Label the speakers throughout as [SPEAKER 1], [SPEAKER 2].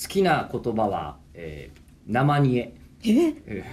[SPEAKER 1] 好きな言葉は、えー生煮 え
[SPEAKER 2] え
[SPEAKER 1] え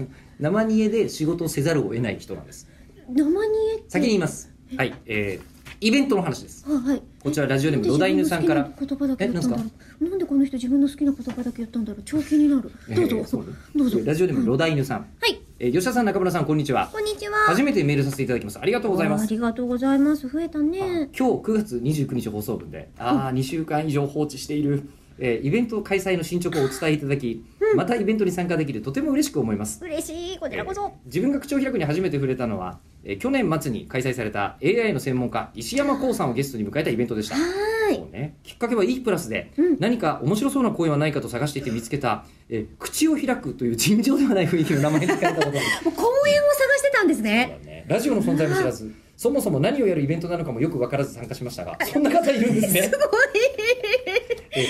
[SPEAKER 1] ー生煮えで仕事をせざるを得ない人なんです
[SPEAKER 2] 生煮えって
[SPEAKER 1] 先に言いますはいえーイベントの話です
[SPEAKER 2] あはい
[SPEAKER 1] こちらラジオネーム野田犬さんから
[SPEAKER 2] なんで自分の好きな言葉だけやったんだろ
[SPEAKER 1] えなん
[SPEAKER 2] うなんでこの人自分の好きな言葉だけやったんだろう超気になるどうぞ、
[SPEAKER 1] えーそうね
[SPEAKER 2] どうぞ
[SPEAKER 1] ラジオネームロダイヌさん、
[SPEAKER 2] はい
[SPEAKER 1] えー吉田さん中村さんこんにちは
[SPEAKER 2] こんにちは
[SPEAKER 1] 初めてメールさせていただきますありがとうございま
[SPEAKER 2] あ
[SPEAKER 1] す
[SPEAKER 2] りがとうございます増えたね
[SPEAKER 1] 今日9月29日放送分でああ2週間以上放置している、えーイベント開催の進捗をお伝えいただき、またイベントに参加できるとても嬉しく思います
[SPEAKER 2] 嬉しいこちらこそ、
[SPEAKER 1] 自分が口を開くに初めて触れたのは、えー去年末に開催された AI の専門家石山光さんをゲストに迎えたイベントでした
[SPEAKER 2] はーい
[SPEAKER 1] そうね、きっかけは E プラスで、
[SPEAKER 2] うん
[SPEAKER 1] 何か面白そうな講演はないかと探していて見つけた「えー口を開く」という尋常ではない雰囲気の名前が書かれた ことです
[SPEAKER 2] もう公園を探してたんですね
[SPEAKER 1] ラジオの存在も知らずそもそも何をやるイベントなのかもよく分からず参加しましたがそんな方いるんです ね
[SPEAKER 2] すごい
[SPEAKER 1] えー
[SPEAKER 2] あり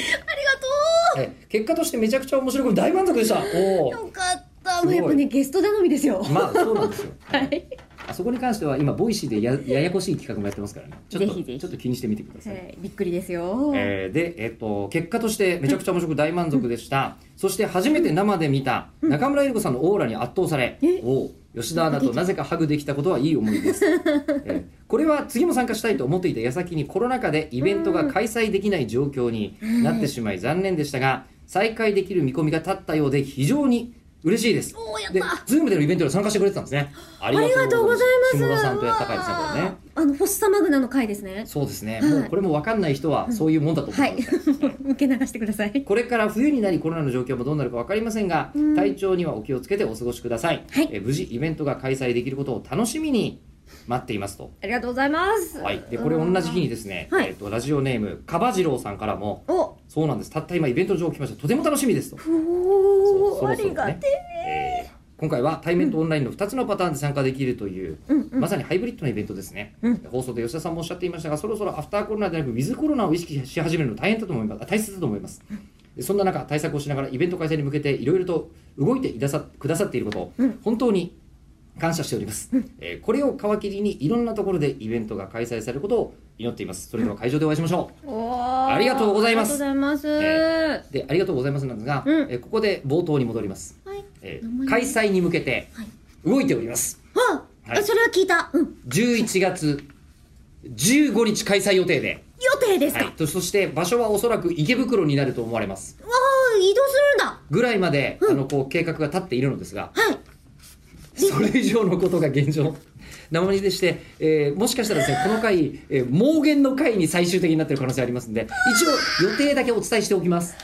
[SPEAKER 1] はい、結果としてめちゃくちゃ面白く大満足でしたお
[SPEAKER 2] がとう
[SPEAKER 1] お
[SPEAKER 2] よかった
[SPEAKER 1] す
[SPEAKER 2] も
[SPEAKER 1] ご
[SPEAKER 2] う
[SPEAKER 1] い
[SPEAKER 2] やっぱねゲスト頼みですよ
[SPEAKER 1] まあそうなんですよ、
[SPEAKER 2] はい
[SPEAKER 1] あそこに関しては今ボイシーでやややこしい企画もやってますからねちょっと
[SPEAKER 2] ぜひぜひ
[SPEAKER 1] ちょっと気にしてみてください、
[SPEAKER 2] はいびっくりですよ、
[SPEAKER 1] えーで、えっと、結果としてめちゃくちゃ面白く大満足でした、そして初めて生で見た中村ゆり子さんのオーラに圧倒され、
[SPEAKER 2] え
[SPEAKER 1] おう吉田アナとなぜかハグできたことはいい思い です、えーこれは次も参加したいと思っていた矢先にコロナ禍でイベントが開催できない状況になってしまい残念でしたが再開できる見込みが立ったようで非常に嬉しいです
[SPEAKER 2] おーやった
[SPEAKER 1] で、ズームでのイベントに参加してくれてたんですねあ
[SPEAKER 2] ありがとうございます
[SPEAKER 1] 下田さんとやった回ですねこれね
[SPEAKER 2] うわーあのフォッサマグナの回ですね
[SPEAKER 1] そうですね、
[SPEAKER 2] はい
[SPEAKER 1] もうこれも分かんない人はそういうもんだと思
[SPEAKER 2] は
[SPEAKER 1] っ
[SPEAKER 2] い
[SPEAKER 1] てください、
[SPEAKER 2] もう受け流してください
[SPEAKER 1] これから冬になりコロナの状況もどうなるか分かりませんが、
[SPEAKER 2] うん
[SPEAKER 1] 体調にはお気をつけてお過ごしください、
[SPEAKER 2] はい
[SPEAKER 1] え無事イベントが開催できることを楽しみに待っていますと、
[SPEAKER 2] ありがとうございます
[SPEAKER 1] はい、でこれ同じ日にですね、
[SPEAKER 2] はい
[SPEAKER 1] えっとラジオネームかばじろうさんからも
[SPEAKER 2] お
[SPEAKER 1] そうなんですたった今イベントの情報来ましたとても楽しみですと、
[SPEAKER 2] お
[SPEAKER 1] そ
[SPEAKER 2] ー
[SPEAKER 1] そろ
[SPEAKER 2] あ
[SPEAKER 1] そろね
[SPEAKER 2] りがて
[SPEAKER 1] えー今回は対面とオンラインの2つのパターンで参加できるという、
[SPEAKER 2] えうんうん
[SPEAKER 1] まさにハイブリッドなイベントですね、
[SPEAKER 2] うん
[SPEAKER 1] 放送で吉田さんもおっしゃっていましたがそろそろアフターコロナでなくウィズコロナを意識し始めるの大変だと思いますあ大切だと思いますでそんな中対策をしながらイベント開催に向けていろいろと動いていださくださっていることを
[SPEAKER 2] うん
[SPEAKER 1] 本当に感謝しております、えーこれを皮切りにいろんなところでイベントが開催されることを祈っていますそれでは会場でお会いしましょう、あ
[SPEAKER 2] あ
[SPEAKER 1] りがとうございます
[SPEAKER 2] ありがとうございます。
[SPEAKER 1] えでありがとうございますなんですが、
[SPEAKER 2] うん
[SPEAKER 1] えーここで冒頭に戻ります、
[SPEAKER 2] はい。
[SPEAKER 1] え
[SPEAKER 2] 名
[SPEAKER 1] ー
[SPEAKER 2] 前
[SPEAKER 1] 開催に向けて
[SPEAKER 2] はい
[SPEAKER 1] 動いております
[SPEAKER 2] あ、
[SPEAKER 1] はい
[SPEAKER 2] それは聞いた。うん。
[SPEAKER 1] 11月15日開催予定で
[SPEAKER 2] 予定です
[SPEAKER 1] は
[SPEAKER 2] か。
[SPEAKER 1] い、とそして場所はおそらく池袋になると思われます
[SPEAKER 2] わあ、移動するんだ。
[SPEAKER 1] ぐらいまで、あのこう計画が立っているのですが
[SPEAKER 2] はい。
[SPEAKER 1] それ以上のことが現状生煮でして、えーもしかしたらですねこの回、えー、盲言の回に最終的になっている可能性ありますんで一応予定だけお伝えしておきます